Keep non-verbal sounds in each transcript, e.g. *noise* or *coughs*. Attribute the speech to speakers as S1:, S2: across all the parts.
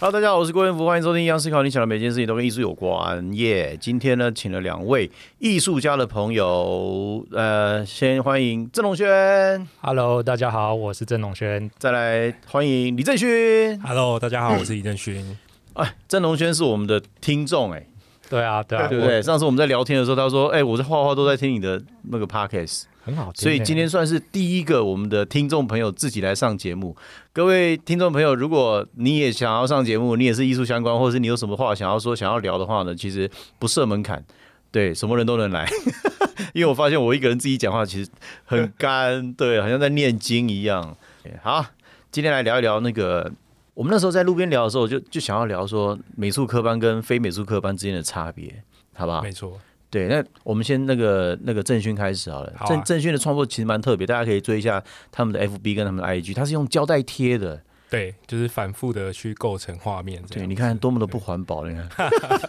S1: Hello，大家好，我是郭元福，欢迎收听《央视考》，你想的每件事情都跟艺术有关耶。今天呢，请了两位艺术家的朋友，呃，先欢迎郑龙轩，
S2: Hello，大家好，我是郑龙轩。
S1: 再来欢迎李正勋。
S3: Hello，大家好，我是李正勋。
S1: 哎，郑龙轩是我们的听众，哎，
S2: 对啊，对啊，
S1: 对不对？上次我们在聊天的时候，他说，哎，我在画画都在听你的那个 podcast。
S2: 我？很好听欸。
S1: 所以今天算是第一个我们的听众朋友自己来上节目。各位听众朋友，如果你也想要上节目，你也是艺术相关，或者是你有什么话想要说、想要聊的话呢，其实不设门槛，对，什么人都能来。 *laughs* 因为我发现我一个人自己讲话其实很干，对，好像在念经一样。好，今天来聊一聊那个。我们那时候在路边聊的时候就，就想要聊说美术科班跟非美术科班之间的差别，好不好？
S3: 没错，
S1: 对，那我们先那个那个郑勋开始好了。
S3: 好啊
S1: 郑郑勋的创作其实蛮特别，大家可以追一下他们的 FB 跟他们的 IG，他是用胶带贴的。
S3: 对，就是反复的去构成画面，这
S1: 对，
S3: 样
S1: 你看多么的不环保，你看。 *laughs*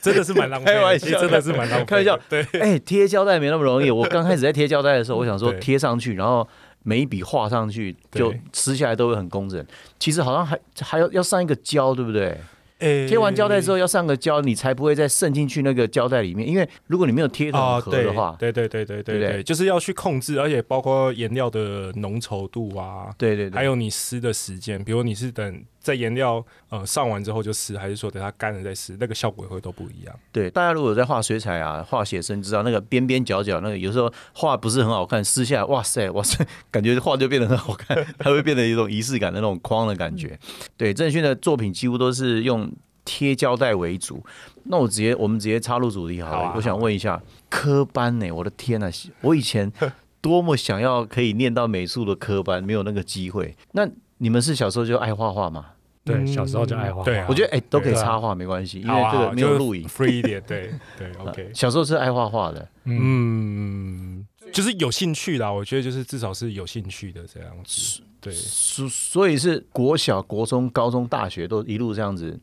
S3: 真的是蛮浪费的，
S1: 开玩笑
S3: 其实真的是蛮浪费的，
S1: 开玩笑
S3: 对，
S1: 哎，贴胶带没那么容易。我刚开始在贴胶带的时候，我想说
S3: 对
S1: 贴上去，然后每一笔画上去，就
S3: 对
S1: 撕下来都会很工整。其实好像还还要要上一个胶，对不对？
S3: 哎
S1: 贴完胶带之后要上个胶，你才不会再渗进去那个胶带里面。因为如果你没有贴
S3: 啊，
S1: 成盒
S3: 对
S1: 的话，
S3: 对对对对对
S1: 对不
S3: 对，
S1: 对
S3: 就是要去控制，而且包括颜料的浓稠度啊，
S1: 对对对
S3: 还，有你湿的时间，比如你是等在颜料呃上完之后就湿，还是说等它干了再湿，那个效果会都不一样。
S1: 对，大家如果有在画水彩啊、画写生，知道那个边边角角那个，有时候画不是很好看，撕下来，哇塞，哇塞，感觉画就变得很好看，它会变得有一种仪式感的那种框的感觉。
S3: 嗯
S1: 对，郑勋的作品几乎都是用贴胶带为主。那我直接，我们直接插入主题好了。
S3: 好啊
S1: 我想问一下，科班呢、我的天呐、我以
S3: *laughs*
S1: 前多么想要可以念到美术的科班，没有那个机会。那你们是小时候就爱画画吗？
S2: 对
S3: 嗯
S2: 小时候就爱画画
S3: 对啊，
S1: 我觉得哎、都可以
S2: 对啊
S1: 插画，没关系，因
S3: 好
S1: 为
S3: 啊
S1: 这
S3: 好
S1: 个
S3: 啊
S1: 没有
S3: 就
S1: 录影。
S3: free 一点，
S1: *laughs*
S3: 对对，OK，
S1: 小时候是爱画画的，
S3: 嗯，就是有兴趣啦，我觉得就是至少是有兴趣的这样子。对，
S1: 所所以是国小、国中、高中、大学都一路这样子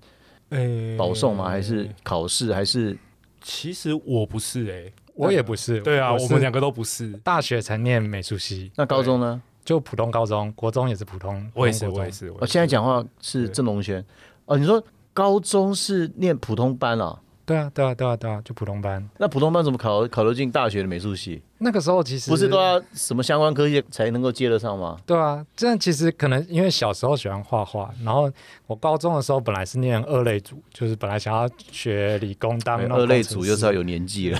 S3: 诶
S1: 保送吗？还是考试？还是
S3: 其实我不是哎、
S2: 我也不是，
S3: 对啊，我
S2: 是
S3: 们两个都不是。
S2: 大学才念美术系，
S1: 那高中呢？
S2: 就普通高中，国中也是普通，
S3: 我也是，
S2: 普通
S3: 我
S2: 国
S3: 也
S2: 中。
S3: 是。我
S1: 我
S3: 也是
S1: 哦现在讲话是郑龙轩哦。你说高中是念普通班啊？
S2: 对啊，对啊，对啊，对啊，就普通班。
S1: 那普通班怎么考考得进大学的美术系？
S2: 那个时候其实啊
S1: 不是
S3: 啊
S1: 都要什么相关科系才能够接得上吗？
S2: 对啊，这样其实可能因为小时候喜欢画画，然后我高中的时候本来是念二类组，就是本来想要学理工当
S1: 哎
S2: 那种
S1: 二类
S2: 工程
S1: 组
S2: 师
S1: 就是要有年纪 *laughs* 了。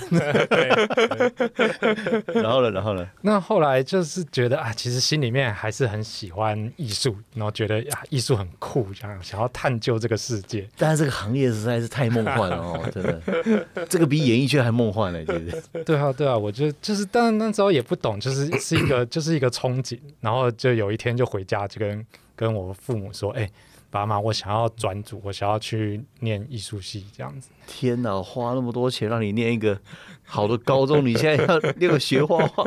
S1: 然后呢？然后呢？
S2: 那后来就是觉得啊，其实心里面还是很喜欢艺术，然后觉得啊，艺术很酷，想想要探究这个世界。
S1: 但是这个行业实在是太梦幻了哦，真的， *laughs* 这个比演艺圈还梦幻呢，其实。
S2: 对啊，对啊，我就就是，但那时候也不懂，就是 *coughs* 是一个就是一个憧憬，然后就有一天就回家，就跟跟我父母说，哎、爸妈，我想要转组，我想要去念艺术系
S1: *laughs*
S2: 这样子。
S1: 天哪，花那么多钱让你念一个好的高中，你现在要念个学画画，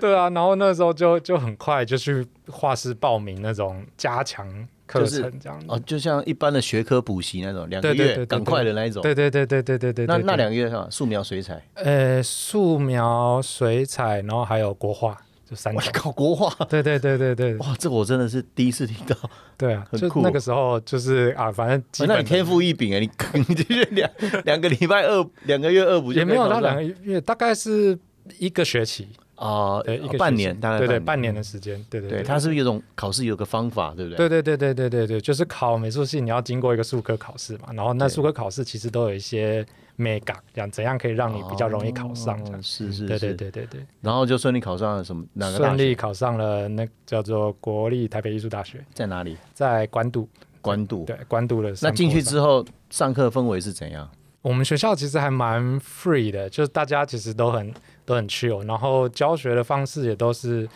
S2: 对啊，然后那时候就就很快就去画室报名那种加强课
S1: 就是
S2: 程这样子。
S1: *laughs* 哦，就像一般的学科补习那种，两个
S2: 对对对
S1: 月
S2: 对对
S1: 赶快的那一种。
S2: 对对对对对对对对
S1: 那
S2: 对
S1: 那两个月上素描、水彩，
S2: 呃，素描、水彩，然后还有国画，就三
S1: 我
S2: 种。
S1: 靠，国画，
S2: 对对对对对，
S1: 哇，这我真的是第一次听到。
S2: 对啊，
S1: 很
S2: 就
S1: 酷
S2: 那个时候就是啊，反正基
S1: 哦
S2: 本
S1: 那
S2: 的、
S1: 你天赋异禀哎，你 *laughs* 你就是两两个礼拜二两个月二补就
S2: 也没有到两
S1: 啊
S2: 个月，大概是一个学期，，
S1: 哦
S2: 对，一个学期
S1: 半年大概
S2: 对对，
S1: 半
S2: 半
S1: 年。
S2: 年的时间，对对
S1: 对，
S2: 对。
S1: 它是不是有种考试有个方法，对不对？
S2: 对对对对对对对，就是考美术系，你要经过一个术科考试嘛，然后那
S1: 对
S2: 术科考试其实都有一些美感，这样怎样可以让你比较容易考上，这
S1: 哦
S2: 样。
S1: 是是
S2: 对对
S1: 是，
S2: 对对对，
S1: 然后就顺利考上了什么哪个大
S2: 顺利
S1: 学？
S2: 考上了那叫做国立台北艺术大学，
S1: 在哪里？
S2: 在关渡，
S1: 关渡。
S2: 对关渡的山坡
S1: 那
S2: 上。
S1: 进去之后，上课氛围是怎样？
S2: 我们学校其实还蛮 free 的，就是大家其实都很都很 chill，然后教学的方式也都是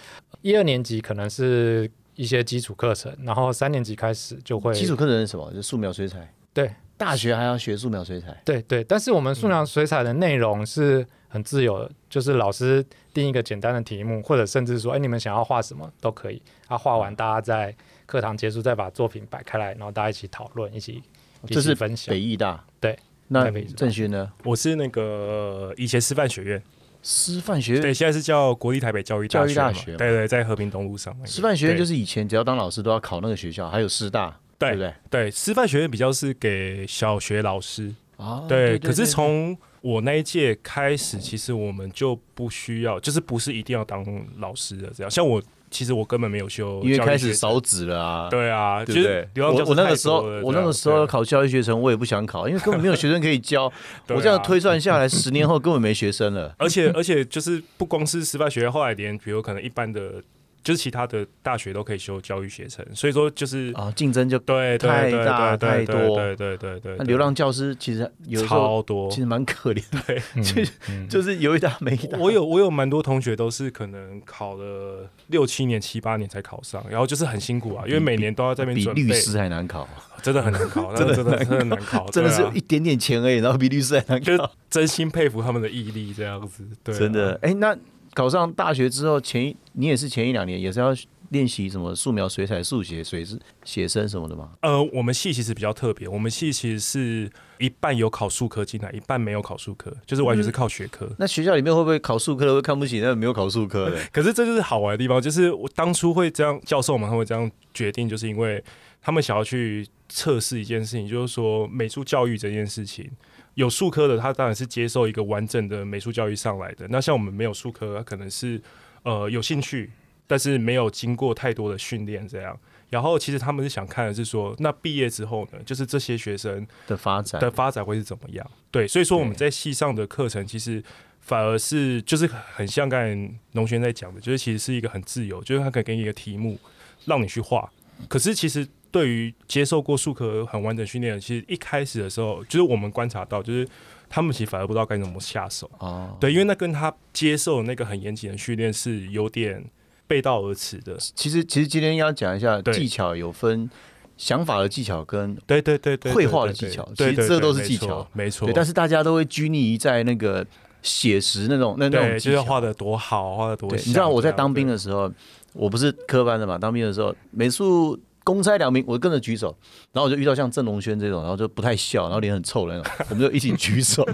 S2: 一二年级可能是一些基础课程，然后三年级开始就会
S1: 基础课程是什么？就是素描、水彩。
S2: 对
S1: 大学还要学素描、水
S3: 哦
S1: 彩。
S2: 对对，但是我们素描水彩的内容是很自由的，就是老师定一个简单的题目，或者甚至说，哎，你们想要画什么都可以，啊，画完大家在课堂结束再把作品摆开来，然后大家一起讨论，一起一
S1: 这
S2: 起
S1: 是
S2: 分享
S1: 北。艺大。
S2: 对。
S1: 那
S2: 台北艺术大
S1: 郑勋呢？
S3: 我是那个呃以前师范学院，
S1: 师范学
S3: 对，
S1: 院，
S3: 现在是叫国立台北教育大
S1: 教育
S3: 学
S1: 大
S3: 嘛，
S1: 学嘛
S3: 对对，在和平东路上那个。
S1: 师范学院就是是以前只要当老师都要考那个学校，还有师大。对
S3: 对
S1: 不对？
S3: 对，师范学院比较是给小学老师，
S1: 啊，
S3: 哦对。可是从我那一届开始，其实我们就不需要，就是不是一定要当老师的这样。像我，其实我根本没有修，
S1: 因为开始。少子了啊，
S3: 对啊，
S1: 对
S3: 就
S1: 不
S3: 是
S1: 对？
S3: 流浪教
S1: 我
S3: 师
S1: 我那个
S3: 太
S1: 时候
S3: 多了，
S1: 我
S3: 这
S1: 那
S3: 样
S1: 个时候
S3: 对啊
S1: 考教育学程，我也不想考，因为根本没有学生可以教。
S3: *laughs* 对啊
S1: 我这样推算下来，十年后根本没学生了。
S3: 而且而 *laughs* 且就是不光是师范学院，后来连比如可能一般的，就是其他的大学都可以修教育学程，所以说就是、
S1: 啊，竞争就
S3: 对对
S1: 太
S3: 对
S1: 大
S3: 对对
S1: 太多
S3: 对对对对
S1: 那
S3: 对，
S1: 流浪教师其实有时候
S3: 超多
S1: 其。实蛮可怜的，*laughs*
S2: 嗯
S1: 就
S2: 嗯
S1: 就是有一搭没一搭。
S3: *laughs* 我有我有蛮多同学都是可能考了六七年、七八年才考上，然后就是很辛苦啊，因为每年都要在那边
S1: 比
S3: 准备，
S1: 律师还难考，
S3: 真的很难考，
S1: *laughs*
S3: 真的真的真的难考，
S1: 真的是
S3: 对
S1: 有
S3: 啊
S1: 一点点钱而已，然后比律师还难
S3: *laughs* 就是
S1: 考，
S3: 真心佩服他们的毅力这样子，对啊、
S1: 真的。哎，那考上大学之后，前一你也是前一两年也是要练习什么素描、水彩、速写、水是写生什么的吗？
S3: 呃，我们系其实比较特别，我们系其实是一半有考数科进来，一半没有考数科，就是完全
S1: 嗯
S3: 是靠学科。
S1: 那学校里面会不会考数科的会看不起那个没有考数科的？
S3: 可是这就是好玩的地方，就是我当初会这样，教授们他会这样决定，就是因为他们想要去测试一件事情，就是说美术教育这件事情。有数科的，他当然是接受一个完整的美术教育上来的。那像我们没有数科，他可能是呃有兴趣，但是没有经过太多的训练这样。然后其实他们是想看的是说，那毕业之后呢，就是这些学生
S1: 的发展
S3: 的发展会是怎么样？对，所以说我们在系上的课程其实反而是就是很像刚才农轩在讲的，就是其实是一个很自由，就是他可以给你一个题目让你去画，可是其实。对于接受过术科很完整训练的，其实一开始的时候，就是我们观察到，就是他们其实反而不知道该怎么下手。
S1: 哦，
S3: 对，因为那跟他接受那个很严谨的训练是有点背道而驰的。
S1: 其实其实今天要讲一下
S3: 对
S1: 技巧，有分想法的技巧跟
S3: 对对对对，对
S1: 绘画的
S3: 对
S1: 技巧
S3: 对
S1: 其实
S3: 对
S1: 这
S3: 对
S1: 都是
S3: 没
S1: 技
S3: 错
S1: 巧
S3: 没错。
S1: 对，但是大家都会拘泥于在那个写实那种那那种
S3: 对，
S1: 技
S3: 就是
S1: 巧。
S3: 要画的多好，画的多
S1: 对，
S3: 像。
S1: 你知道我在
S3: 这样
S1: 当兵
S3: 对
S1: 的时候，我不是科班的嘛，当兵的时候美术。公差两名，我跟着举手，然后我就遇到像郑龙轩这种，然后就不太笑，然后脸很臭的
S3: *laughs*
S1: 那种，我们就一起举手。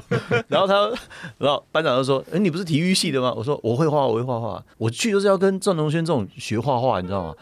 S1: 然后他，然后班长就说：“哎、你不是体育系的吗？”我说：“我会画画，我会画画。我去就是要跟郑龙轩这种学画画，你知道吗？”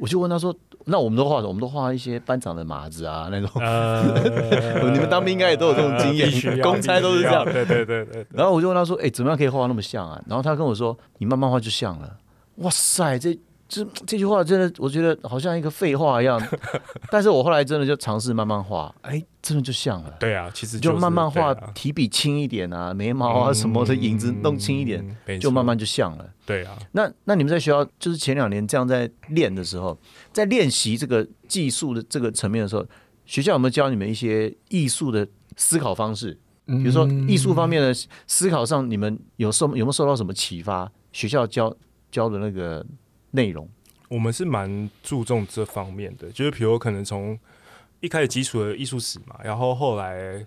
S1: 我就问他说：“那我们都画什么？我们都画一些班长的马子啊那种。”
S3: 呃
S1: *laughs* 你们当兵应该也都有这种经验
S3: 必须要
S1: *laughs* 公差都是这样
S3: 必须要对对对对，
S1: 然后我就问他说：“哎、怎么样可以画那么像啊？”然后他跟我说：“你慢慢画就像了。”哇塞，这这这句话真的，我觉得好像一个废话一样。 *laughs* 但是我后来真的就尝试慢慢画，哎、真的就像了。
S3: 对啊，其实
S1: 就是慢慢画，
S3: 对啊
S1: 提笔轻一点啊，眉毛啊什么的影子弄轻一点，，
S3: 嗯没
S1: 就
S3: 错
S1: 慢慢就像了。
S3: 对啊，
S1: 那那你们在学校就是前两年这样在练的时候，在练习这个技术的这个层面的时候，学校有没有教你们一些艺术的思考方式？
S2: 比
S1: 比如说艺术方面的思考上，你们有受有没有受到什么启发？学校教教的那个内容，
S3: 我们是蛮注重这方面的，就是比如可能从一开始基础的艺术史嘛，然后后来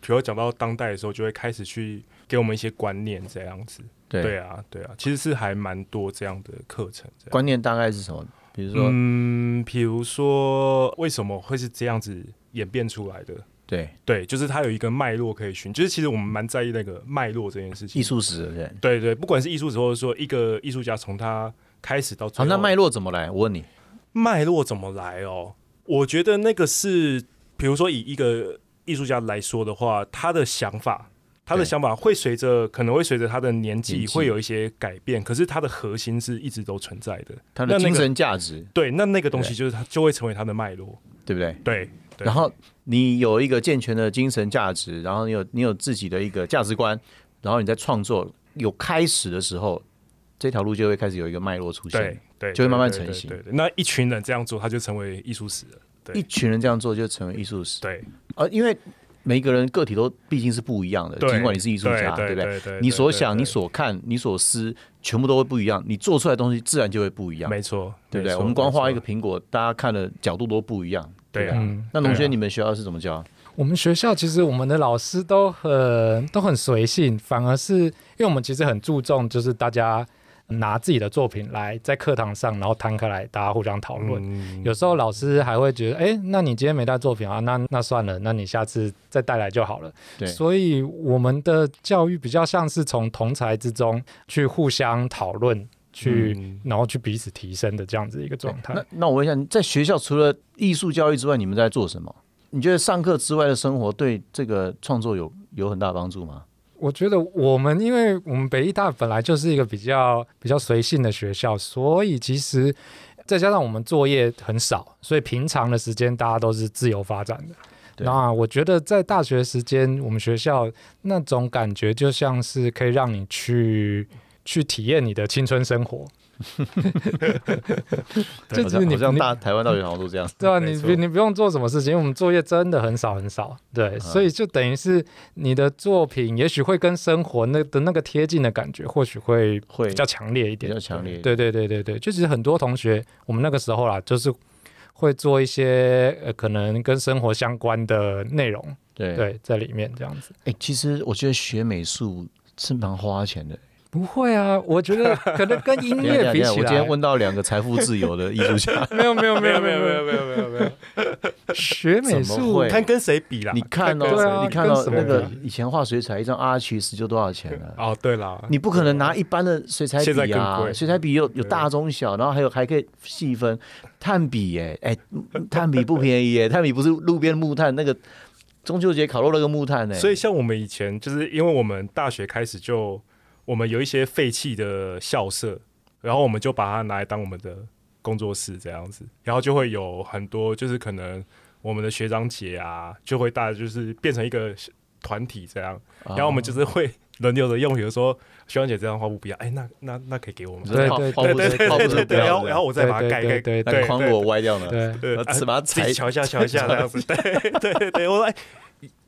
S3: 比如讲到当代的时候，就会开始去给我们一些观念这样子。
S1: 对
S3: 对啊，对啊，其实是还蛮多这样的课程这样。
S1: 观念大概是什么？比如说，
S3: 嗯，比如说为什么会是这样子演变出来的？
S1: 对
S3: 对，就是它有一个脉络可以循，就是其实我们蛮在意那个脉络这件事情。
S1: 艺，术史，对不对？
S3: 对对，不管是艺术史，或者说一个艺术家从他开始到最
S1: 好，
S3: 后，
S1: 那脉络怎么来？我问你，
S3: 脉络怎么来哦？我觉得那个是，比如说以一个艺术家来说的话，他的想法，他的
S1: 对
S3: 想法会随着可能会随着他的年纪
S1: 年纪
S3: 会有一些改变，可是他的核心是一直都存在的。
S1: 它的
S3: 那那
S1: 精
S3: 个
S1: 神价值，
S3: 对，那那个东西就是它就会成为他的脉络。
S1: 对不对？
S3: 对，对
S1: 然后你有一个健全的精神价值，然后你有你有自己的一个价值观，然后你在创作有开始的时候，这条路就会开始有一个脉络出
S3: 对
S1: 现。
S3: 对，
S1: 就会慢慢
S3: 对对
S1: 成
S3: 对
S1: 型
S3: 对对那一群人这样做，他就成为艺术史了。对
S1: 一群人这样做就成为艺术史，
S3: 对，
S1: 呃，因为每一个人个体都毕竟是不一样的，
S3: 对
S1: 尽管你是艺术家，
S3: 对
S1: 不对？
S3: 对对，
S1: 你
S3: 对
S1: 所
S3: 对
S1: 想、
S3: 对
S1: 你所看、你所思，全部都会不一样，你做出来的东西自然就会不一样，
S3: 没错，
S1: 对不
S3: 没
S1: 对？
S3: 错
S1: 我们光画一，个
S3: 没错
S1: 苹果，大家看的角度都不一样。
S3: 对
S1: 吧
S3: 啊，
S2: 嗯，
S1: 那龙
S3: 对
S1: 轩，
S3: 啊
S1: 你们学校是怎么教？
S2: 我们学校其实我们的老师都很都很随性，反而是因为我们其实很注重就是大家拿自己的作品来在课堂上，然后摊开来大家互相讨论。
S3: 嗯
S2: 有时候老师还会觉得，哎、那你今天没带作品啊，那那算了，那你下次再带来就好了。
S1: 对
S2: 所以我们的教育比较像是从同才之中去互相讨论，去，
S3: 嗯
S2: 然后去彼此提升的这样子一个状态。
S1: 那那我问一下，你在学校除了艺术教育之外，你们在做什么？你觉得上课之外的生活对这个创作有有很大帮助吗？
S2: 我觉得我们，因为我们北医大本来就是一个比较比较随性的学校，所以其实再加上我们作业很少，所以平常的时间大家都是自由发展的。
S1: 对
S2: 那我觉得在大学时间，我们学校那种感觉就像是可以让你去去体验你的青春
S1: *laughs*
S2: 生活， *laughs*
S1: 对
S2: 就
S1: 好
S2: 是
S1: 像
S2: 你
S1: 好像
S2: 你
S1: 大台湾大学好像都这样。
S2: 对啊，
S3: 没
S2: 你
S3: 错
S2: 不你不用做什么事情，因为我们作业真的很少很少，对，所以就等于是你的作品也许会跟生活那的那个贴近的感觉，或许会
S1: 会
S2: 比较强烈一
S1: 比
S2: 点
S1: 较。强烈。，
S2: *laughs* 对对对对对，就其实很多同学，我们那个时候啦，就是会做一些呃可能跟生活相关的内容，
S1: 对
S2: 对，在里面这样子。
S1: 哎、其实我觉得学美术是蛮花钱的。
S2: 不会啊，我觉得可能跟
S1: *laughs*
S2: *laughs* 音
S1: 等一下
S2: 乐
S1: 等一
S2: 比
S1: 下
S2: 起
S1: 我今天
S2: 来，
S1: 问到两个财富自由的艺术 *laughs* 家，
S2: 没有没 *laughs* 有没
S3: 没
S2: 有
S3: 有没
S2: 没有
S3: 有
S2: 没
S3: 没
S2: 有
S3: 有没有没有没有，
S2: *laughs* 学美
S1: 怎么
S2: 术
S1: 会
S3: *laughs* 看跟谁比啦？
S1: 你看哦，
S3: 跟
S2: 对啊
S1: 你看哦，
S2: 跟什么
S1: 那个
S3: 比
S1: 以前画水彩一张阿奇石就多少钱啊？
S3: 哦，对啦，
S1: 你不可能拿一般的水彩
S3: 现在
S1: 笔
S3: 更
S1: 啊，
S3: 贵
S1: 水彩笔有有
S3: 对
S1: 大中小，然后还有还可以细分炭笔耶、哎、炭笔不便宜耶、 *laughs* 炭笔不是路边木炭那个中秋节烤肉那个木炭呢、
S3: 所以像我们以前就是因为我们大学开始就我们有一些废弃的校舍，然后我们就把它拿来当我们的工作室这样子，然后就会有很多就是可能我们的学长姐啊，就会大家就是变成一个团体这样，
S1: 然
S3: 然后我们就是会轮流的用，比如说学长姐这张画布不要，哎，那那那可以给我们。
S2: 对对
S1: 对
S3: 对对对对对，然后然后我再把它
S2: 对
S3: 盖
S2: 对
S3: 盖，
S2: 对
S1: 那个
S3: 对
S1: 框
S3: 对
S1: 如果歪掉呢，
S2: 对。
S3: 对，
S1: 然后
S3: 啊
S1: 把它
S3: 自
S1: 呃裁
S3: 己瞧
S1: *laughs*
S3: 一下，瞧一下这样子。对 *laughs* 对对对，我说哎，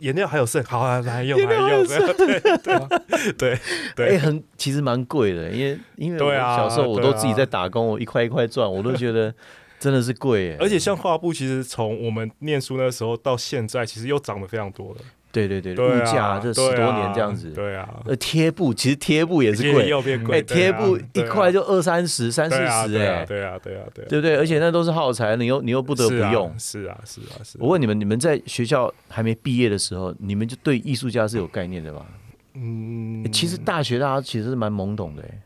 S3: 颜料还有剩，好啊，来用，来用。 *laughs* 对对对
S1: 哎、
S3: 对，
S1: 很其实蛮贵的，因为因为我
S3: 对啊
S1: 小时候我都
S3: 对啊
S1: 自己在打工，我一块一块赚，我都觉得真的是贵耶。
S3: 而且像画布，其实从我们念书那时候到现在，其实又涨得非常多了。
S1: 对对对，
S3: 对
S1: 物价
S3: 啊，
S1: 这十
S3: 对
S1: 多
S3: 啊
S1: 年这样子。
S3: 对啊，
S1: 呃，贴布其实贴布也是
S3: 也
S1: 贵，
S3: 要变
S1: 哎，
S3: 贵，对
S1: 贴
S3: 啊
S1: 布一
S3: 对啊
S1: 块就二三十、三四
S3: 对啊
S1: 十，
S3: 对啊
S1: 哎，
S3: 对啊对啊对啊，
S1: 对不对？而且那都是耗材，你又你又不得不
S3: 是啊
S1: 用。
S3: 是啊是啊是啊。
S1: 我问你们，你们在学校还没毕业的时候，你们就对艺术家是有概念的吗？
S3: 嗯
S1: 哎，其实大学大家其实是蛮懵懂的，哎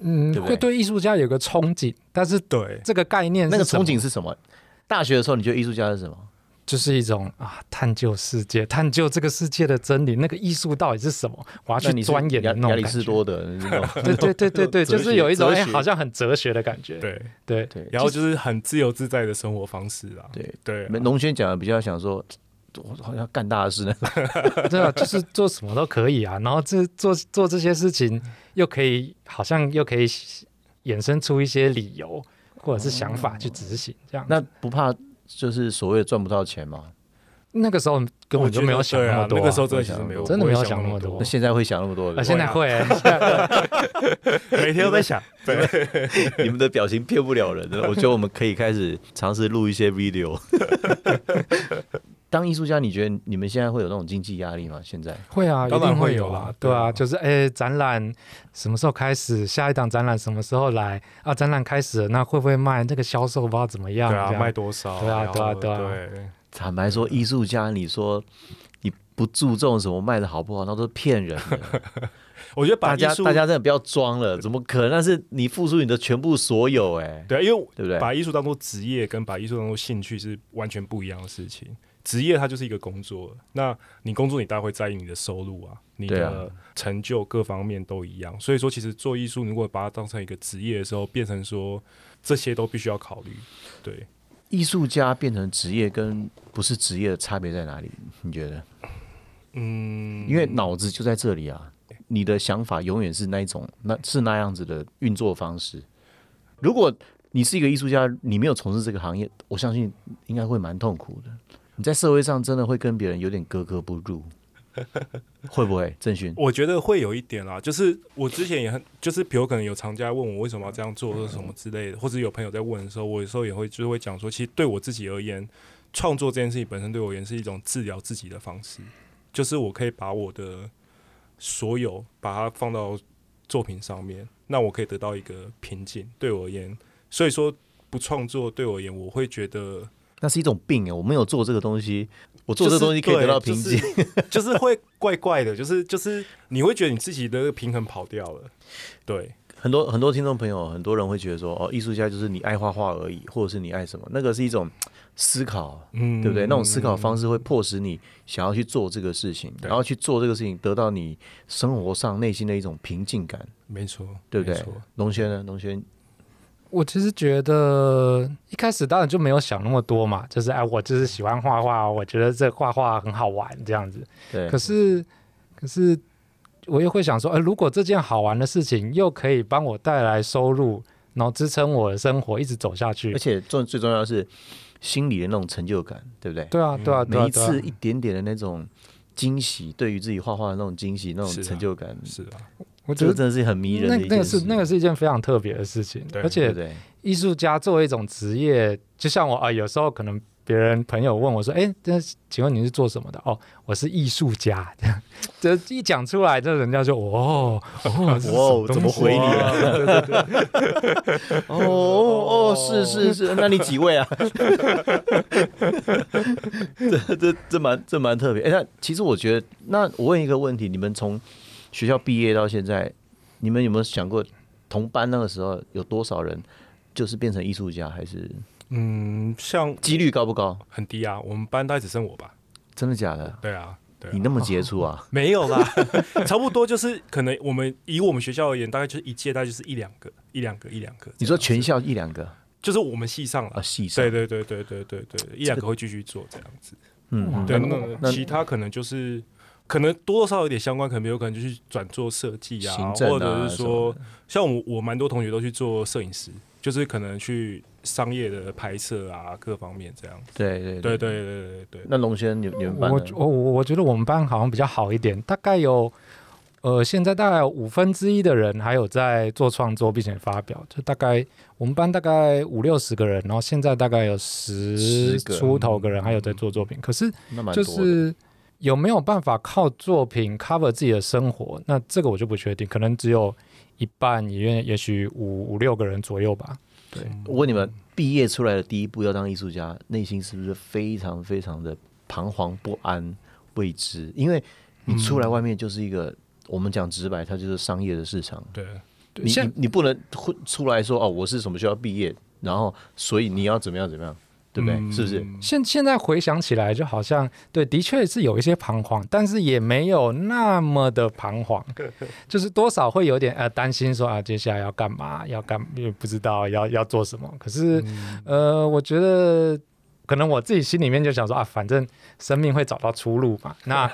S2: 嗯，
S1: 对不对
S2: 会对艺术家有个憧憬，但是
S3: 对
S2: 这个概念是
S1: 那个
S2: 什么
S1: 憧憬是什么？大学的时候，你觉得艺术家是什么？
S2: 就是一种啊，探究世界，探究这个世界的真理，那个艺术到底是什么？我要
S1: 那
S2: 啊去
S1: 你是
S2: 钻研的
S1: 亚
S2: 那种
S1: 亚
S2: 感
S1: 里
S2: 觉。
S1: 士多德，你知道吗
S2: 对对对对对，
S1: 哲学
S2: 就是有一种
S1: 哲学
S2: 哎，好像很哲学的感觉。
S3: 对，
S2: *laughs* 对
S1: 对
S3: 然后就是很自由自在的生活方式啊。
S1: 对
S3: 对啊，
S1: 没农轩讲的比较想说，我好像干大事呢。 *laughs*
S2: 对啊，就是做什么都可以啊，然后这做做这些事情，又可以好像又可以衍生出一些理由或者是想法去执行，这样。
S1: 那不怕就是所谓的赚不到钱嘛？
S2: 那个时候根本就没有想那么多
S3: 我觉得对啊
S2: 啊，
S3: 那个时候真的其实没有，
S2: 真的没有
S3: 不会
S2: 想那么多
S1: 那现在会想那么多
S2: 啊，
S1: 的？
S2: 现在会，现在呃
S3: *laughs* 每天都在想。对，
S1: 你们的表情骗不了人的。我觉得我们可以开始尝试录一些
S2: *laughs*
S1: video。当艺术家，你觉得你们现在会有那种经济压力吗？现在
S2: 会啊，一
S3: 当然
S2: 定
S3: 会
S2: 会
S3: 有
S2: 有
S3: 啦
S2: 啊，
S3: 对
S2: 对啊，
S3: 啊
S2: 就是哎，展览什么时候开始？下一档展览什么时候来？啊，展览开始了，那会不会卖？那个销售不知道怎么样，
S3: 对啊，
S2: 这样
S3: 卖多少？
S2: 对啊对啊对啊
S3: 对
S1: 坦白说，艺术家，你说你不注重什么卖的好不好，那都是骗人的。
S3: 我觉得把
S1: 大
S3: 艺
S1: 家
S3: 术
S1: 大家真的不要装了，怎么可能？那是你付出你的全部所有、哎，
S3: 对啊，因为
S1: 对不对？
S3: 把艺术当做职业跟把艺术当做兴趣是完全不一样的事情。职业它就是一个工作，那你工作你大概会在意你的收入啊，你
S1: 对
S3: 的
S1: 啊
S3: 成就各方面都一样。所以说，其实做艺术如果把它当成一个职业的时候，变成说这些都必须要考虑。对，
S1: 艺术家变成职业跟不是职业的差别在哪里？你觉得？
S3: 嗯，
S1: 因为脑子就在这里啊，你的想法永远是那一种，那是那样子的运作方式。如果你是一个艺术家，你没有从事这个行业，我相信应该会蛮痛苦的。你在社会上真的会跟别人有点格格不入，会不会？郑勋，
S3: 我觉得会有一点啦，就是我之前也很，就是比如可能有藏家问我为什么要这样做，或者什么之类的，或者有朋友在问的时候，我有时候也会就是会讲说，其实对我自己而言，创作这件事情本身对我而言是一种治疗自己的方式，就是我可以把我的所有把它放到作品上面，那我可以得到一个平静。对我而言，所以说不创作对我而言，我会觉得
S1: 那是一种病哎、我没有做这个东西，我做这个东西可以得到平静。 *laughs*
S3: 就是对 *laughs* 就是就是会怪怪的，就是就是你会觉得你自己的平衡跑掉了，对，
S1: 很多很多听众朋友，很多人会觉得说，哦，艺术家就是你爱画画而已，或者是你爱什么，那个是一种思考，
S3: 嗯
S1: 对不对？那种思考方式会迫使你想要去做这个事情，
S3: 对
S1: 然后去做这个事情，得到你生活上内心的一种平静感，
S3: 没错，
S1: 对不对
S3: 没错？
S1: 龙轩呢？龙轩，
S2: 我其实觉得一开始当然就没有想那么多嘛，就是哎，我就是喜欢画画，我觉得这画画很好玩这样子。
S1: 对
S2: 可，是，可是我又会想说，哎、如果这件好玩的事情又可以帮我带来收入，然后支撑我的生活一直走下去
S1: 而，且重最重要的是心里的那种成就感，对不对？
S2: 对啊，对啊，
S1: 嗯每
S2: 对啊，
S1: 一
S2: 对啊
S1: 次一点点的那种惊喜，对于自己画画的那种惊喜，那
S3: 是
S1: 种
S3: 啊
S1: 成就感，
S3: 是啊，
S2: 我觉
S1: 这个
S2: 得
S1: 真的是很迷人
S2: 那
S1: 的一
S2: 那
S1: 件
S2: 个
S1: 事
S2: 是。那个是一件非常特别的事情，
S3: 对
S2: 而
S1: 对
S2: 且
S1: 不对？
S2: 艺术家作为一种职业，就像我啊、有时候可能别人朋友问我说：“哎，这请问你是做什么的？”哦，我是艺术家。 *laughs* 这一讲出来，这人家就哦哦，这是什
S1: 哇，
S2: 东西
S1: 怎么回你
S2: 啊？
S1: 了？ *laughs* 哦哦哦，是是是，那你几位啊？ *laughs* 这这这蛮这蛮特别。哎、那其实我觉得，那我问一个问题：你们从学校毕业到现在，你们有没有想过，同班那个时候有多少人就是变成艺术家，还是
S3: 嗯，像
S1: 几率高不高？
S3: 很低啊，我们班大概只剩我吧，
S1: 真的假的？
S3: 对啊，对啊
S1: 你那么杰出啊？
S3: 没有啦， *laughs* 差不多就是可能我们以我们学校而言，大概就是一届大概就是一两个，一两个，一两个。
S1: 你说全校一两个
S3: 就是我们系上了
S1: 啊，，系上
S3: 对对对对对对对，一两个会继续做这样子。
S1: 嗯，
S3: 对，
S1: 那
S3: 那其他可能就是可能多多少少有点相关，可能有可能就是转做设计啊，
S1: 行政啊
S3: 或者是
S1: 什么
S3: 说，像我我蛮多同学都去做摄影师，就是可能去商业的拍摄啊，各方面这样。
S1: 对对
S3: 对对对对对，
S1: 那龙轩，你你们班
S2: 我哦
S1: 呢？
S2: 我我我觉得我们班好像比较好一点，大概有呃，现在大概有五分之一的人还有在做创作并且发表，就大概我们班大概五六十个人，然后现在大概有十
S1: 10个
S2: 出头个人还有在做作品，可是
S1: 那蛮
S2: 就
S1: 多的。
S2: 是有没有办法靠作品 cover 自己的生活？那这个我就不确定，可能只有一半，也也许五五六个人左右吧。
S1: 我问你们，毕业出来的第一步要当艺术家，内心是不是非常非常的彷徨不安、未知？因为你出来外面就是一个，我们讲直白，它就是商业的市场。
S3: 对，
S2: 对
S1: 你
S2: 像
S1: 你你不能混出来说哦，我是什么学校毕业，然后所以你要怎么样怎么样，对不对？
S3: 嗯
S1: 是不是？
S2: 现现在回想起来，就好像对，的确是有一些彷徨，但是也没有那么的彷徨，就是多少会有点呃担心说啊，接下来要干嘛，要干也不知道要要做什么。可是、呃，我觉得可能我自己心里面就想说啊，反正生命会找到出路嘛。那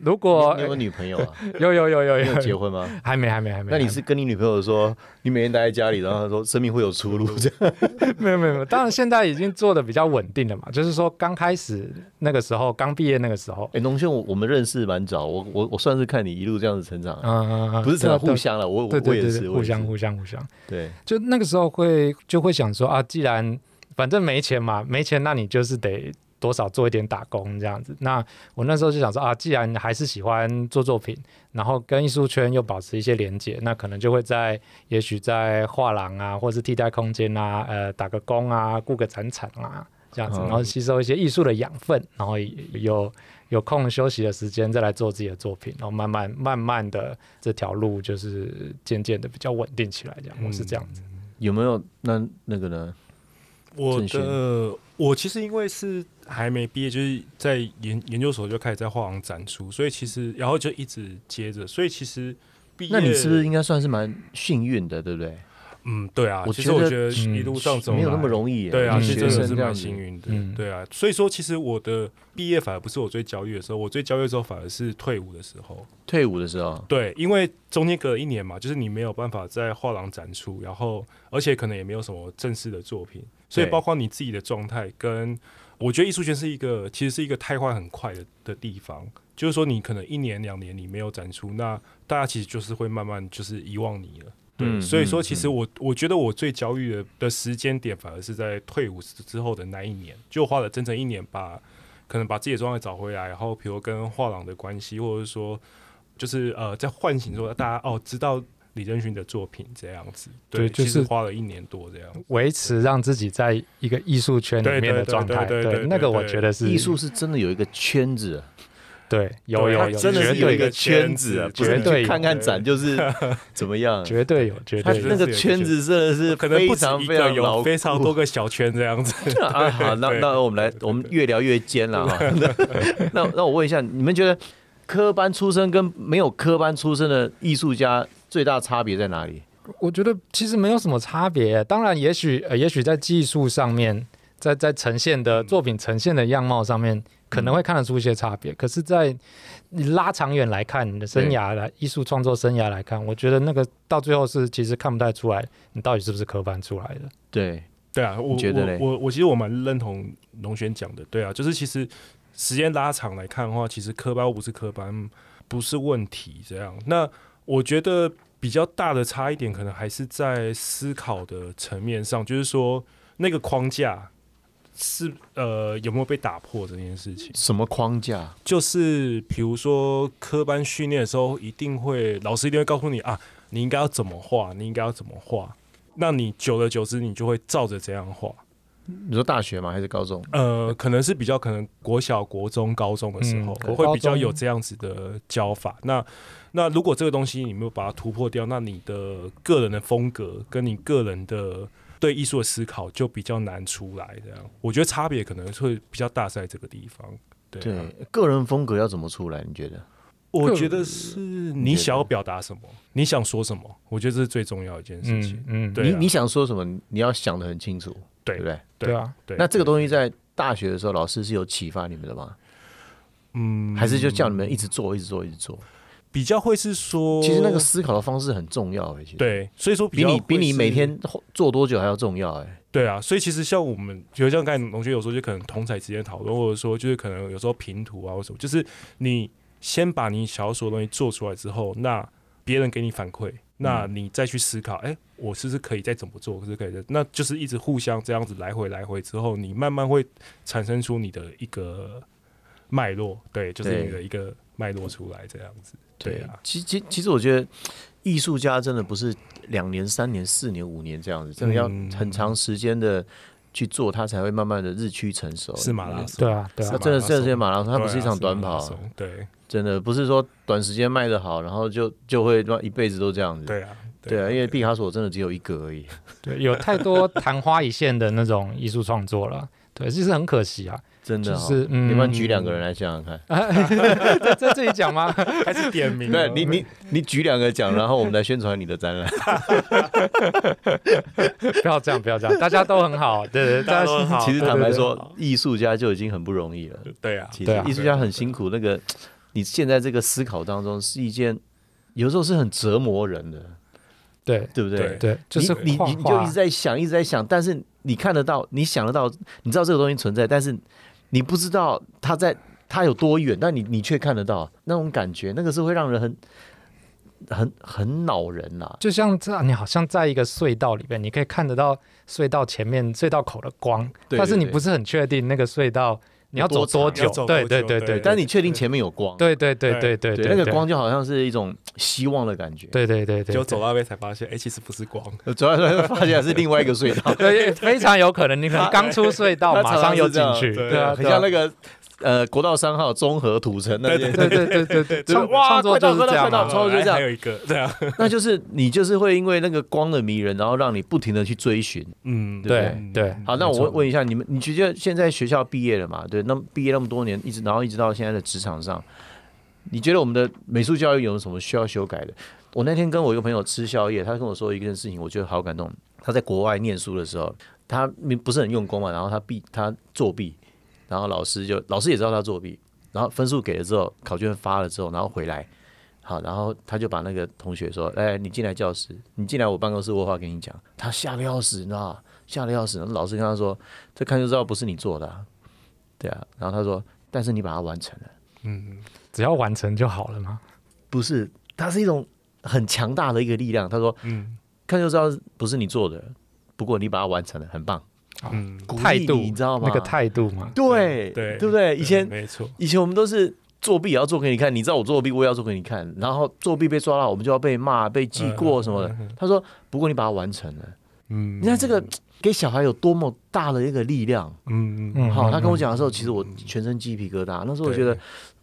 S2: 如果
S1: 你有没有女朋友啊？
S2: *laughs* 有有有有
S1: 你有
S2: 有
S1: 结婚吗？
S2: 还没还没还没，
S1: 那你是跟你女朋友说，你每天待在家里，然后她说生命会有出
S2: *laughs*
S1: 路，这样
S2: 还没没有没有没有，当然现在已经做的比较稳定了嘛，就是说刚开始那个时候，刚毕业那个时候，
S1: 哎，龙兄，我我们认识蛮早，我我我算是看你一路这样子成长，
S2: 嗯、
S1: 不是成
S2: 对
S1: 长
S2: 啊对啊
S1: 互相了，我我
S2: 对
S1: 我
S2: 对
S1: 也
S2: 对
S1: 是，
S2: 对，
S1: 我
S2: 互
S1: 也是
S2: 相互相互相，
S1: 对。
S2: 就那个时候会就会想说啊，既然反正没钱嘛，没钱那你就是得多少做一点打工这样子。那我那时候就想说啊，既然还是喜欢做作品，然后跟艺术圈又保持一些连接，那可能就会在也许在画廊啊，或是替代空间啊，呃，打个工啊，雇个展场啊。这样子，
S1: 嗯
S2: 然后吸收一些艺术的养分，然后有有空休息的时间再来做自己的作品，然后慢慢慢慢的这条路就是渐渐的比较稳定起来，这样我是这样子。
S1: 有没有那那个呢？
S3: 我
S1: 郑
S3: 的我其实因为是还没毕业，就是在研研究所就开始在画廊展出，所以其实然后就一直接着，所以其实毕业
S1: 那你是不是应该算是蛮幸运的，对不对？
S3: 嗯对啊？
S1: 我
S3: 其
S1: 觉
S3: 实我
S1: 得
S3: 觉得
S2: 嗯
S3: 一路上走
S1: 没有那
S3: 来
S1: 么容易耶，
S3: 对啊，
S2: 嗯
S3: 其
S1: 学
S3: 实真
S1: 生
S3: 的是
S1: 这样
S3: 蛮
S1: 子
S3: 幸运的，
S2: 嗯
S3: 对啊。所以说，其实我的毕业反而不是我最焦虑的时候，我最焦虑的时候反而是退伍的时候。
S1: 退伍的时候，
S3: 对，因为中间隔了一年嘛，就是你没有办法在画廊展出，然后而且可能也没有什么正式的作品，所以
S1: 对
S3: 包括你自己的状态跟。我觉得艺术圈是一个，其实是一个汰换很快的的地方，就是说你可能一年两年你没有展出，那大家其实就是会慢慢就是遗忘你了。对，
S1: 嗯
S3: 所以说
S1: 嗯
S3: 其实我我觉得我最焦虑的的时间点，反而是在退伍之之后的那一年，就花了整整一年把可能把自己的状态找回来，然后比如跟画廊的关系，或者是说就是呃在唤醒说大家哦知道李仁勋的作品这样子，
S2: 对就
S3: 其实
S2: 是
S3: 花了一年多这样子。
S2: 维持让自己在一个艺术圈里面的状
S3: 对对对
S2: 态，
S3: 对对对对
S2: 那个我觉得是
S1: 艺术是真的有一个圈子，啊
S2: 对，有有
S3: 它
S2: 有，
S3: 真的
S2: 绝
S3: 是有
S2: 对
S3: 一个
S1: 圈
S3: 圈子
S1: 子啊，不
S2: 绝
S1: 是
S2: 对
S1: 去
S2: 有
S1: 看看展就是
S3: *laughs*
S1: 怎么样。
S2: 绝对有，绝
S1: 他
S2: 对
S1: 那
S2: 有。
S1: 个圈子真的是
S3: 可能
S1: 非
S3: 不止
S1: 常
S3: 一
S1: 非
S3: 个，
S1: 常
S3: 有
S1: 牢
S3: 非常
S1: 固
S3: 多个小圈这样子。
S1: 啊，好，那
S3: 对
S1: 那我们来
S3: 对，对
S1: 我们越聊越尖了
S3: *laughs*
S1: 哈。那那我问一下，你们觉得科班出身跟没有科班出身的艺术家最大差别在哪里？
S2: 我觉得其实没有什么差别。当然，也许呃，也许在技术上面，在在呈现的
S3: 嗯
S2: 作品呈现的样貌上面，可能会看得出一些差别。可是，在你拉长远来看，你的生涯来艺术创作生涯来看，我觉得那个到最后是其实看不太出来，你到底是不是科班出来的。
S1: 对，
S3: 对啊，
S1: 你
S3: 我
S1: 觉得嘞
S3: 我我我其实我蛮认同龙轩讲的，对啊，就是其实时间拉长来看的话，其实科班或不是科班不是问题，这样。那我觉得比较大的差一点，可能还是在思考的层面上，就是说那个框架是呃有没有被打破这件事情。
S1: 什么框架？
S3: 就是比如说科班训练的时候，一定会老师一定会告诉你啊，你应该要怎么画，你应该要怎么画。那你久而久之，你就会照着这样画。
S1: 你说大学吗？还是高中？
S3: 呃，可能是比较可能国小、国中、高中的时候，
S2: 嗯
S3: 会
S2: 高
S3: 比较
S2: 中
S3: 有这样子的教法。那那如果这个东西你没有把它突破掉，那你的个人的风格跟你个人的对艺术的思考就比较难出来。这样，我觉得差别可能会比较大，在这个地方。对啊，
S1: 对，个人风格要怎么出来？你觉得？
S3: 我
S2: 个
S3: 觉得是你想要表达什么，你想说什么，我觉得这是最重要的一件事情
S2: 嗯。嗯，
S3: 对
S1: 你
S3: 啊
S1: 你想说什么？你要想得很清楚，
S3: 对
S1: 对不对？
S2: 对啊，
S3: 对，
S1: 那这个东西在大学的时候，老师是有启发你们的吗？
S3: 嗯，
S1: 还是就叫你们一直做，一直做，一直做？
S3: 比较会是说，
S1: 其实那个思考的方式很重要，哎，其实
S3: 对，所以说比
S1: 比
S3: 较
S1: 你比
S3: 会
S1: 你
S3: 是
S1: 每天做多久还要重要，哎。
S3: 对啊，所以其实像我们，比如像刚才同学有时候就可能同才之间讨论，或者说就是可能有时候评图啊或什么，就是你先把你想要说的东西做出来之后，那别人给你反馈，那
S1: 嗯
S3: 你再去思考，哎、我是不是可以再怎么做，是不是可以的，那就是一直互相这样子来回来回之后，你慢慢会产生出你的一个脉络，对，就是
S1: 对
S3: 你的一个脉络出来这样子，对啊，
S1: 其其其实我觉得艺术家真的不是两年、三年、四年、五年这样子，真的要
S3: 嗯
S1: 很长时间的去做，他才会慢慢的日趋成熟。
S3: 是马拉松，
S2: 对啊，对
S1: 他
S2: 啊，
S1: 真的
S3: 马拉松
S1: 这些马拉松，它不是
S3: 对
S1: 一
S3: 啊
S1: 场短
S3: 马拉
S1: 跑啊，
S3: 松对
S1: 真的不是说短时间卖的好，然后就就会让一辈子都这样子。
S3: 对啊，
S1: 对啊，因为毕卡索真的只有一个而
S3: *laughs*
S1: 已。
S2: 对，有太多昙花一现的那种艺术创作了。对，其实很可惜啊，
S1: 真的
S2: 就
S1: 哦，
S2: 是嗯，
S1: 你们举两个人来想想看。
S2: 啊，在在这里讲吗？
S3: 还是点名了，
S1: 对啊你你你举两个讲，然后我们来宣传你的展览。
S2: 不要这样，不要这样，大家都很好，对对，
S3: 大家
S2: 大家
S3: 都很好
S1: 其实坦白
S3: 对对
S1: 说，艺术家就已经很不容易了。
S3: 对啊，
S1: 其
S2: 对
S1: 实
S2: 啊
S1: 艺术家很辛苦，那个你现在这个思考当中是一件，有时候是很折磨人的，
S2: 对
S1: 对不对？
S3: 对
S2: 对，就是
S1: 你你
S2: 画
S1: 你你就
S2: 画
S1: 一直在想，一直在想，但是你看得到，你想得到，你知道这个东西存在，但是你不知道它在它有多远，但你你却看得到那种感觉，那个是会让人很很很恼人呐、
S2: 就像这样，你好像在一个隧道里面，你可以看得到隧道前面隧道口的光，
S1: 对
S2: 但是你
S1: 对
S2: 不是很确定那个隧道你要走
S1: 多
S2: 多
S1: 长
S2: 久
S3: 要走，
S2: 对
S3: 多
S2: 对
S3: 久
S2: 对
S3: 对
S2: 对，
S1: 但你确定前面有光，
S2: 对对对对对
S1: 对，那个光，就好像是一种希望的感觉。
S2: 对对对对，
S3: 就走到那边才发现，哎、其实不是光，
S1: 主要是发现是另外一个隧道。
S2: 对，非常有可能你可能刚出隧道，
S1: 他
S2: 马上又进
S3: 常常
S2: 去，
S3: 是这样
S2: 对啊，
S1: 很
S2: 对啊
S1: 像那个呃国道三号综合土城那边，
S2: 对对对对对，
S1: 对
S2: 创
S1: 哇
S2: 创作就是
S1: 快到
S2: 这样
S1: 快到
S2: 嘛
S1: 快，到后就这样
S3: 还有一个，对啊，
S1: *laughs* 那就是你就是会因为那个光的迷人，然后让你不停的去追寻。
S3: 嗯，
S1: 对
S2: 对对
S1: 好，那
S3: 没
S1: 我
S3: 错
S1: 问问一下你们，你觉得现在学校毕业了嘛？对，那么毕业那么多年，一直然后一直到现在的职场上，你觉得我们的美术教育有什么需要修改的？我那天跟我一个朋友吃宵夜，他跟我说一件事情，我觉得好感动。他在国外念书的时候，他不是很用功嘛，然后他毕他作弊，然后老师就老师也知道他作弊，然后分数给了之后，考卷发了之后，然后回来，好，然后他就把那个同学说：“哎，你进来教室，你进来我办公室，我有话跟你讲。”他吓得要死，你知道吗？吓得要死。然后老师跟他说：“这看就知道不是你做的、啊，对啊。”然后他说：“但是你把它完成了，
S3: 嗯，
S2: 只要完成就好了嘛。
S1: 不是？它是一种很强大的一个力量。”他说
S3: 嗯：“
S1: 看就知道不是你做的，不过你把它完成了，很棒。
S3: 嗯，
S1: 鼓励
S2: 态度，
S1: 你你知道吗？
S2: 那个态度嘛，
S1: 对
S3: 对
S1: 对不对？以前
S3: 没错，
S1: 以前我们都是作弊也要做给你看，你知道我作弊，我也要做给你看。然后作弊被抓到，我们就要被骂、被记过什么的。他说：“不过你把它完成了，
S3: 嗯，
S1: 你看这个给小孩有多么大的一个力量。”
S3: 嗯，嗯嗯，
S2: 嗯，
S1: 好，
S2: 嗯
S1: 他跟我
S2: 嗯
S1: 讲的时候，其实我全身鸡皮疙瘩。那时候我
S3: 对
S1: 觉得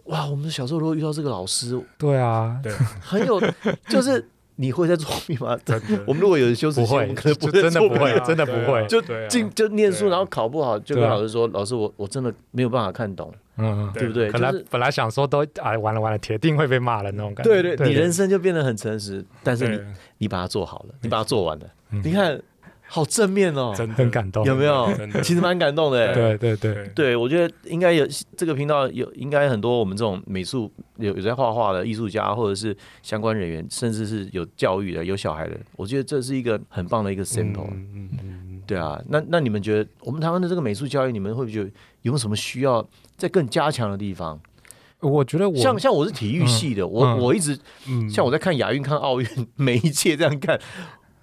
S1: 哇，我们小时候如果遇到这个老师，
S2: 对啊，
S1: 很有，就是你会在做密码。
S3: 真的，
S1: 嗯 *laughs* 我们如果有羞耻
S2: 不
S1: 心，我
S2: 会
S1: 们可能，
S2: 就
S1: 不
S2: 真的
S1: 做
S2: 不
S1: 密码
S2: 会
S3: 啊，
S2: 真的不
S3: 对啊
S2: 会。
S1: 就
S3: 对啊
S1: 进就念书，
S3: 对啊
S1: 然后考不好，就跟
S2: 对啊
S1: 老师说：“老师，我我真的没有办法看懂，
S2: 嗯，
S3: 啊
S1: 对不对？”
S2: 本
S1: 就
S2: 来
S1: 是
S2: 本来想说都啊，完了完了，铁定会被骂的那种感觉。
S1: 对对，你人生就变得很诚实，但是你
S3: 对
S1: 你把它做好了，你把它做完了，
S2: 嗯
S1: 你看好正面哦，
S3: 真的
S2: 很感动，
S1: 有没有
S3: 真的？
S1: 其实蛮感动的欸。
S2: 对对对，
S3: 对
S1: 对，我觉得应该有这个频道有应该很多我们这种美术有有在画画的艺术家，或者是相关人员，甚至是有教育的、有小孩的，我觉得这是一个很棒的一个 sample。
S3: 嗯嗯嗯
S1: 对啊，那那你们觉得我们台湾的这个美术教育，你们会不会觉得有没有什么需要再更加强的地方？
S2: 我觉得我
S1: 像像我是体育系的，我
S2: 嗯
S1: 我一直
S3: 嗯，
S1: 像我在看亚运、看奥运， *laughs* 每一届这样看，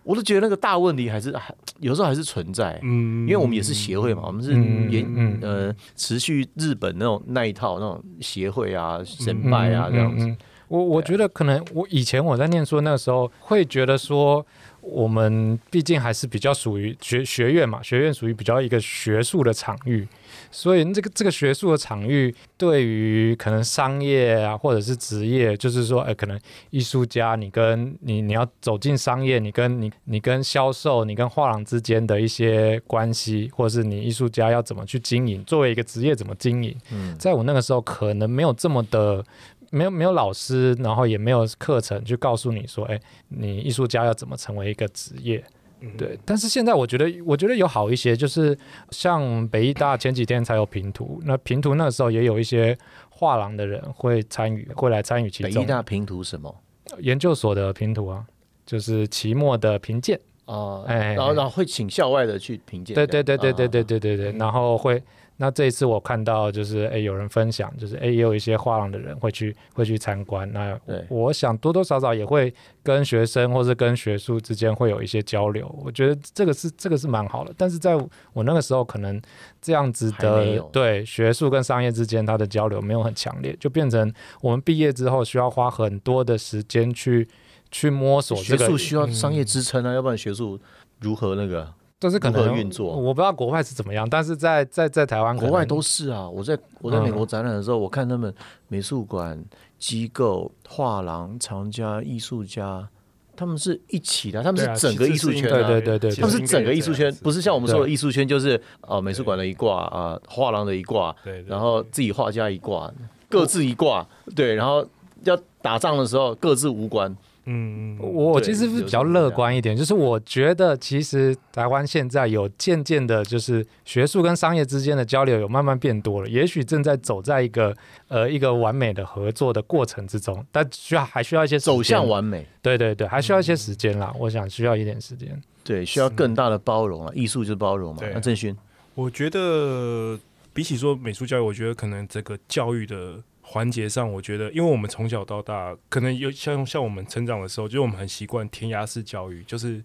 S1: 我都觉得那个大问题还是还有时候还是存在。
S3: 嗯，
S1: 因为我们也是协会嘛，我们是
S2: 嗯
S1: 研、
S2: 嗯
S1: 呃持续日本那种那一套那种协会啊、神拜啊这样子。
S2: 嗯嗯嗯嗯我我觉得可能我以前我在念书的那个时候，会觉得说我们毕竟还是比较属于学学院嘛，学院属于比较一个学术的场域，所以这个这个学术的场域对于可能商业啊或者是职业，就是说，呃，可能艺术家你跟你你要走进商业，你跟你你跟销售，你跟画廊之间的一些关系，或者是你艺术家要怎么去经营，作为一个职业怎么经营。
S1: 嗯
S2: 在我那个时候可能没有这么的，没有没有老师，然后也没有课程去告诉你说，哎，你艺术家要怎么成为一个职业。
S1: 嗯
S2: 对，但是现在我觉得，我觉得有好一些，就是像北艺大前几天才有平图，那平图那个时候也有一些画廊的人会参与，会来参与其
S1: 北
S2: 中
S1: 医。大平图什么？
S2: 研究所的平图啊，就是期末的评鉴。
S1: 哦、
S2: 哎
S1: 然后然后会请校外的去评鉴。
S2: 对对对对对对
S1: 啊
S2: 对对对，然后会。那这一次我看到就是诶有人分享，就是诶也有一些画廊的人会去会去参观。那
S1: 对
S2: 我想多多少少也会跟学生或是跟学术之间会有一些交流。我觉得这个是这个是蛮好的，但是在我那个时候可能这样子
S1: 还没
S2: 的
S1: 有
S2: 对学术跟商业之间它的交流没有很强烈，就变成我们毕业之后需要花很多的时间去去摸索
S1: 学
S2: 这个嗯
S1: 术需要商业支撑啊，要不然学术如何那个？
S2: 就是可
S1: 如何
S2: 能
S1: 运作
S2: 我不知道国外是怎么样，但是在在在台湾可
S1: 国
S2: 能，嗯
S1: 外都是啊，我在我在美国展览的时候，我看他们美术馆、机构、画廊、藏家、艺术家，他们是一起的，他们
S3: 对啊
S1: 是整个艺术圈、
S2: 应该
S1: 啊
S2: 对。对对对
S1: 他们是整个艺术圈，不是像我们说的
S2: 对
S1: 艺术圈，就是呃美术馆的一挂啊、呃画廊的一挂，
S3: 对，
S1: 然后自己画家一挂，各自一挂，对，然后要打仗的时候各自无关，
S3: 嗯，
S2: 我
S1: 对
S2: 其实
S1: 有
S2: 是
S1: 时
S2: 比较
S1: 候是
S2: 乐
S1: 这样
S2: 观一点，就是我觉得其实台湾现在有渐渐的，就是学术跟商业之间的交流有慢慢变多了，也许正在走在一个呃一个完美的合作的过程之中，但需要还需要一些时间
S1: 走向，完嗯美，
S2: 对对对，还需要一些时间啦，我想需要一点时间，
S1: 对，需要更大的包容了，艺术就是包容嘛
S3: 嗯对。啊
S1: 那郑勋，
S3: 我觉得比起说美术教育，我觉得可能这个教育的环节上，我觉得因为我们从小到大，可能有像像我们成长的时候，就是我们很习惯填鸭式教育，就是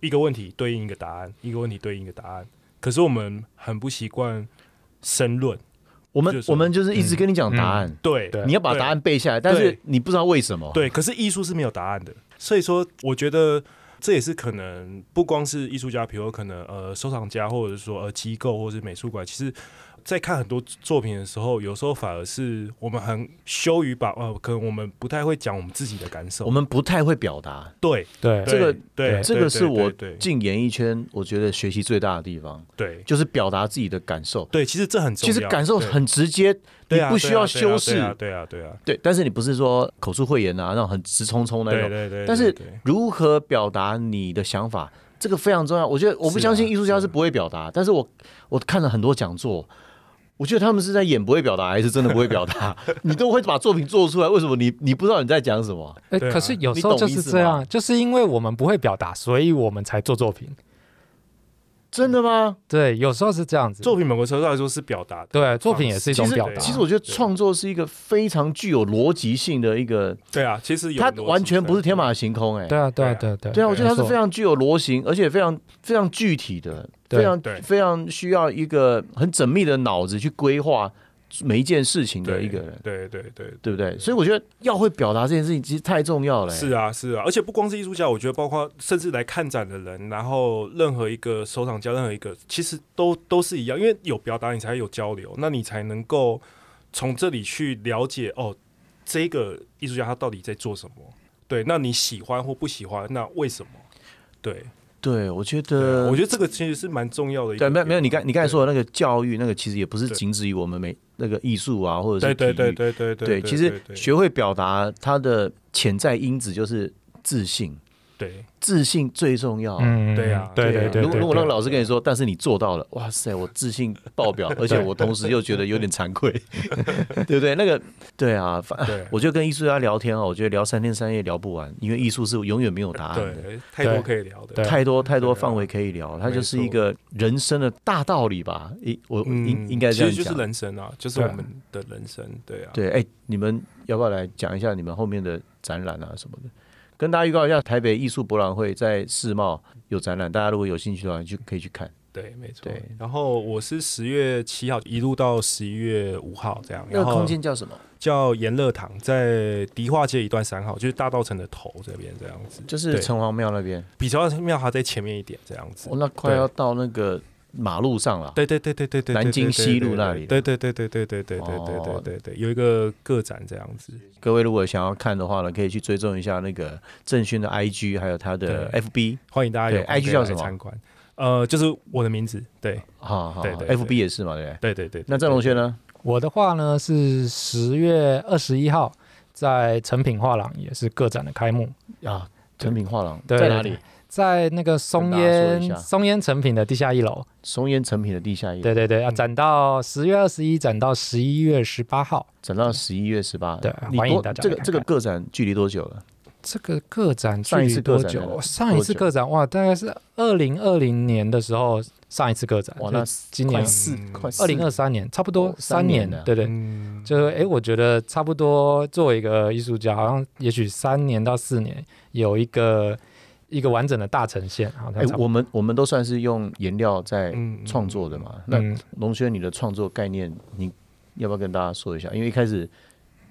S3: 一个问题对应一个答案，一个问题对应一个答案。可是我们很不习惯申论，
S1: 我
S3: 就
S1: 们
S3: 是
S1: 我们就是一直跟你讲
S2: 嗯
S1: 答案，
S3: 对
S2: 对
S1: 你要把
S3: 对
S1: 答案背下来，但是
S3: 对
S1: 你不知道为什么。
S3: 对，可是艺术是没有答案的，所以说我觉得这也是可能不光是艺术家，比如可能呃收藏家，或者是说呃机构，或者是美术馆，其实。在看很多作品的时候，有时候反而是我们很羞于把呃，可能我们不太会讲我们自己的感受。
S1: 我们不太会表达，
S3: 对
S2: 对
S1: 这个
S3: 对对，
S1: 这个是我
S3: 对对
S1: 进演艺圈，我觉得学习最大的地方
S3: 对
S1: 就是表达自己的感受。
S3: 对，其实这很重
S1: 其
S3: 要。
S1: 实感受
S3: 对
S1: 很直接，
S3: 对
S1: 你
S3: 啊
S1: 不需
S3: 对啊
S1: 要
S3: 对啊
S1: 修
S3: 对
S1: 饰
S3: 啊，对啊，对啊，
S1: 对，但是你不是说口出慧言啊，那种很直冲冲那
S3: 对
S1: 种
S3: 对，对对。
S1: 但是
S3: 对
S1: 如何表达你的想法，这个非常重要。我觉得我不
S3: 是啊
S1: 相信艺术家
S3: 是啊
S1: 是不会表达，但是我我看了很多讲座，我觉得他们是在演不会表达，还是真的不会表
S3: *laughs*
S1: 达？你都会把作品做出来，为什么你你不知道你在讲什么？
S2: 哎，
S3: 对啊
S2: 可是有
S1: 你
S2: 时候
S1: 懂
S2: 就
S1: 意
S2: 是
S1: 思
S2: 这
S1: 吗
S2: 样，就是因为我们不会表达，所以我们才做作品，
S1: 真的吗？
S2: 对，有时候是这样子，
S3: 作品某个程度来说是表达的，
S2: 对作品也是一种
S1: 其实
S2: 表达，
S1: 其实我觉得创作是一个非常具有逻辑性的一个，
S3: 对啊，其实有
S1: 它
S3: 很多
S1: 完全不是天
S3: 层
S1: 马行空哎、
S2: 对啊对啊
S3: 对
S2: 对啊对啊
S1: 对啊，我觉得它
S2: 没
S1: 是
S2: 错
S1: 非常具有逻辑，而且非常非常具体的，
S2: 对
S1: 非常
S3: 对
S1: 非常需要一个很缜密的脑子去规划每一件事情的一个人，
S3: 对对对对
S1: 对不对？所以我觉得要会表达这件事情其实太重要了、
S3: 是啊，是啊，而且不光是艺术家，我觉得包括甚至来看展的人，然后任何一个收藏家，任何一个，其实都都是一样，因为有表达，你才有交流，那你才能够从这里去了解哦，这个艺术家他到底在做什么？对，那你喜欢或不喜欢，那为什么？对，
S1: 对，我觉
S3: 对啊
S1: 得
S3: 我觉得这个其实是蛮重要的一个
S1: 呃对，
S3: 点。
S1: 没有没有，你刚你刚才
S3: 对
S1: 说的那个教育，那个其实也不是
S3: 对
S1: 仅止于我们美那个艺术啊，或者
S3: 对
S1: 是体
S3: 对
S1: 育，
S3: 对对对
S1: 对其实
S3: 对
S1: 学会表达它的潜在因子就是自信，
S3: 对
S1: 自信最重要。
S2: 嗯
S3: 对啊
S2: 对
S1: 啊
S2: 对对，
S1: 如果
S2: 对
S1: 如果那个
S2: 对
S1: 老师跟你说，但是你做到了，哇塞，我自信爆表，而且我同时又觉得有点惭愧， *laughs* 对不对？那个对啊，反
S3: 对
S1: *laughs* 我就跟艺术家聊天哦，我觉得聊三天三夜聊不完，因为艺术是永远没有答案的。
S3: 对，太多可以聊的。
S2: 对
S1: 太多太多
S3: 对啊
S1: 范围可以聊，它
S3: 没
S1: 就是一
S3: 错
S1: 个人生的大道理吧。应我我应应该这样
S3: 嗯其实就是
S1: 讲。
S3: 人生啊，就是
S2: 对
S3: 我
S2: 啊
S3: 们的人生，对啊，
S1: 对，哎，你们要不要来讲一下你们后面的展览啊什么的？跟大家预告一下，台北艺术博览会在世贸有展览，大家如果有兴趣的话，就可以去看。
S3: 对，没错
S1: 对。
S3: 然后我是十月七号一路到十一月五号这样，
S1: 那
S3: 然
S1: 个
S3: 后
S1: 空间叫什么？
S3: 叫炎乐堂，在迪化街一段三号，就是大道城的头这边这样子，
S1: 就是
S3: 对
S1: 城隍庙那边，
S3: 比较庙还在前面一点这样子
S1: 哦，。那快要到那个马路上了。
S3: 对对对对对对，对
S1: 南京西路那里
S3: 对对对对对对对对对对对对，有一个个展这样子。
S1: 各位如果想要看的话呢，可以去追踪一下那个郑勋的 IG，还有他的 FB。
S3: 欢迎大家有
S1: 对
S3: 空可以
S1: IG 叫
S3: 来
S1: 什么
S3: 参观，呃，就是我的名字，对
S1: 好好好
S3: 对对对
S1: ，FB 也是嘛，对不对？
S3: 对对对。
S1: 那郑龙
S3: 轩
S1: 轩呢？
S2: 我的话呢是十月二十一号在成品画廊也是个展的开幕，
S1: 啊，成品画廊
S2: 对
S1: 在哪里？
S2: 在那个松
S1: 跟大家说一下
S2: 烟松烟成品的地下一楼。
S1: 松烟成品的地下一楼，
S2: 对对对，啊，
S3: 嗯
S2: 展到十月二十一，展到十一月十八号。
S1: 展到十一月十八。
S2: 对
S1: 你
S2: 欢迎
S1: 多
S2: 大家
S1: 这
S2: 来
S1: 个
S2: 看
S1: 这个
S2: 看
S1: 个展距离多久了？
S2: 这个个展距
S1: 上一
S2: 离
S1: 次
S2: 多
S1: 个展呢
S2: 久？上一次
S1: 多久
S2: 个展哇，大概是二零二零年的时候上一次个展，
S1: 哇，
S2: 就
S1: 那
S2: 今
S1: 快
S2: 年
S1: 四
S3: 嗯
S1: 快
S2: 二零二三年，差不多
S1: 哦三
S2: 年，
S1: 年了
S2: 对对。
S3: 嗯，
S2: 就是诶，我觉得差不多作为一个艺术家，好像也许三年到四年有一个一个完整的大呈现，好像
S1: 哎
S2: 差，不多。
S1: 我们我们都算是用颜料在
S3: 嗯
S1: 创作的嘛。那
S2: 嗯，
S1: 龙轩，你的创作概念，你要不要跟大家说一下？因为一开始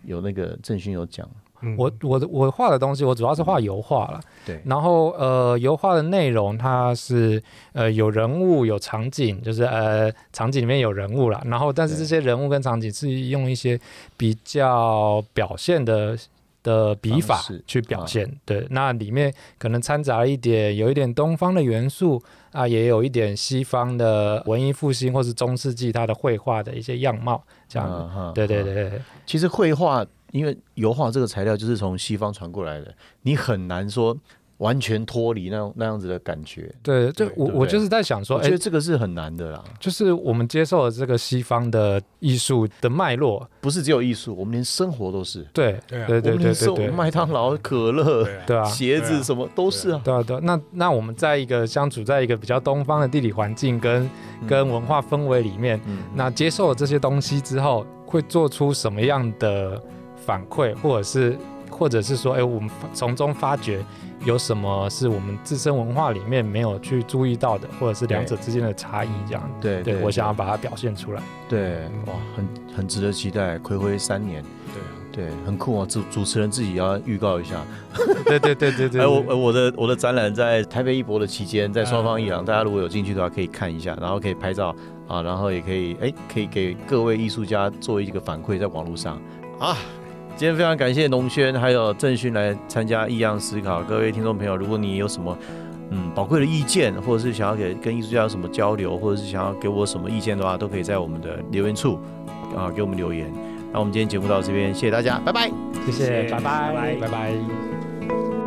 S1: 有那个郑勋有讲，
S3: 嗯
S2: 我我的我画的东西，我主要是画油画了。
S1: 对
S2: 然后呃，油画的内容它是呃有人物有场景，就是呃场景里面有人物啦。然后但是
S1: 对
S2: 这些人物跟场景是用一些比较表现的的笔法
S1: 方式啊
S2: 去表现。对，那里面可能掺杂了一点有一点东方的元素啊，也有一点西方的文艺复兴或是中世纪它的绘画的一些样貌这样子。
S1: 啊哈
S2: 对对
S1: 哈
S2: 对对对，
S1: 其实绘画，因为油画这个材料就是从西方传过来的，你很难说完全脱离那种那样子的感觉。
S2: 对，就
S3: 对
S2: 我
S1: 对
S2: 我就是在想说，
S1: 我
S2: 哎
S1: 觉，得这个是很难的啦，
S2: 就是我们接受了这个西方的艺术的脉络，
S1: 不是只有艺术，我们连生活都是。
S2: 对
S3: 对啊
S2: 对
S1: 我
S2: 对
S1: 们连
S2: 对
S1: 生
S2: 对
S1: 活，
S2: 对
S1: 麦当劳、可乐、
S3: 对啊
S2: 对
S1: *laughs*
S2: 啊，
S1: 鞋
S3: 对
S1: 子
S3: 啊
S1: 什么都是啊。
S2: 对啊对啊。那那我们在一个相处在一个比较东方的地理环境跟
S1: 嗯
S2: 跟文化氛围里面，
S1: 嗯
S2: 啊那接受了这些东西之后，会做出什么样的反馈，或者是或者是说，哎，我们发从中发掘有什么是我们自身文化里面没有去注意到的，或者是两者之间的差异，这样。
S1: 对
S2: 对，我想要把它表现出来。
S1: 对
S3: 嗯
S1: 哇，很很值得期待，暌违三年，
S3: 对啊，
S1: 对，很酷哦。主主持人自己也要预告一下，
S2: 对对对对
S1: *laughs*
S2: 对。
S1: 哎，我
S2: 对
S1: 呃我的我的展览在台北艺博的期间，在双方艺廊，大家如果有兴趣的话，可以看一下，然后可以拍照啊，然后也可以哎，可以给各位艺术家做一个反馈在网络上啊。今天非常感谢龙轩还有郑勋来参加异样思考，各位听众朋友，如果你有什么嗯宝贵的意见，或者是想要给跟艺术家有什么交流，或者是想要给我什么意见的话，都可以在我们的留言处啊给我们留言。那我们今天节目到这边，谢谢大家，拜拜。
S2: 谢谢，
S3: 谢谢
S2: 拜拜，
S3: 拜拜
S2: 拜拜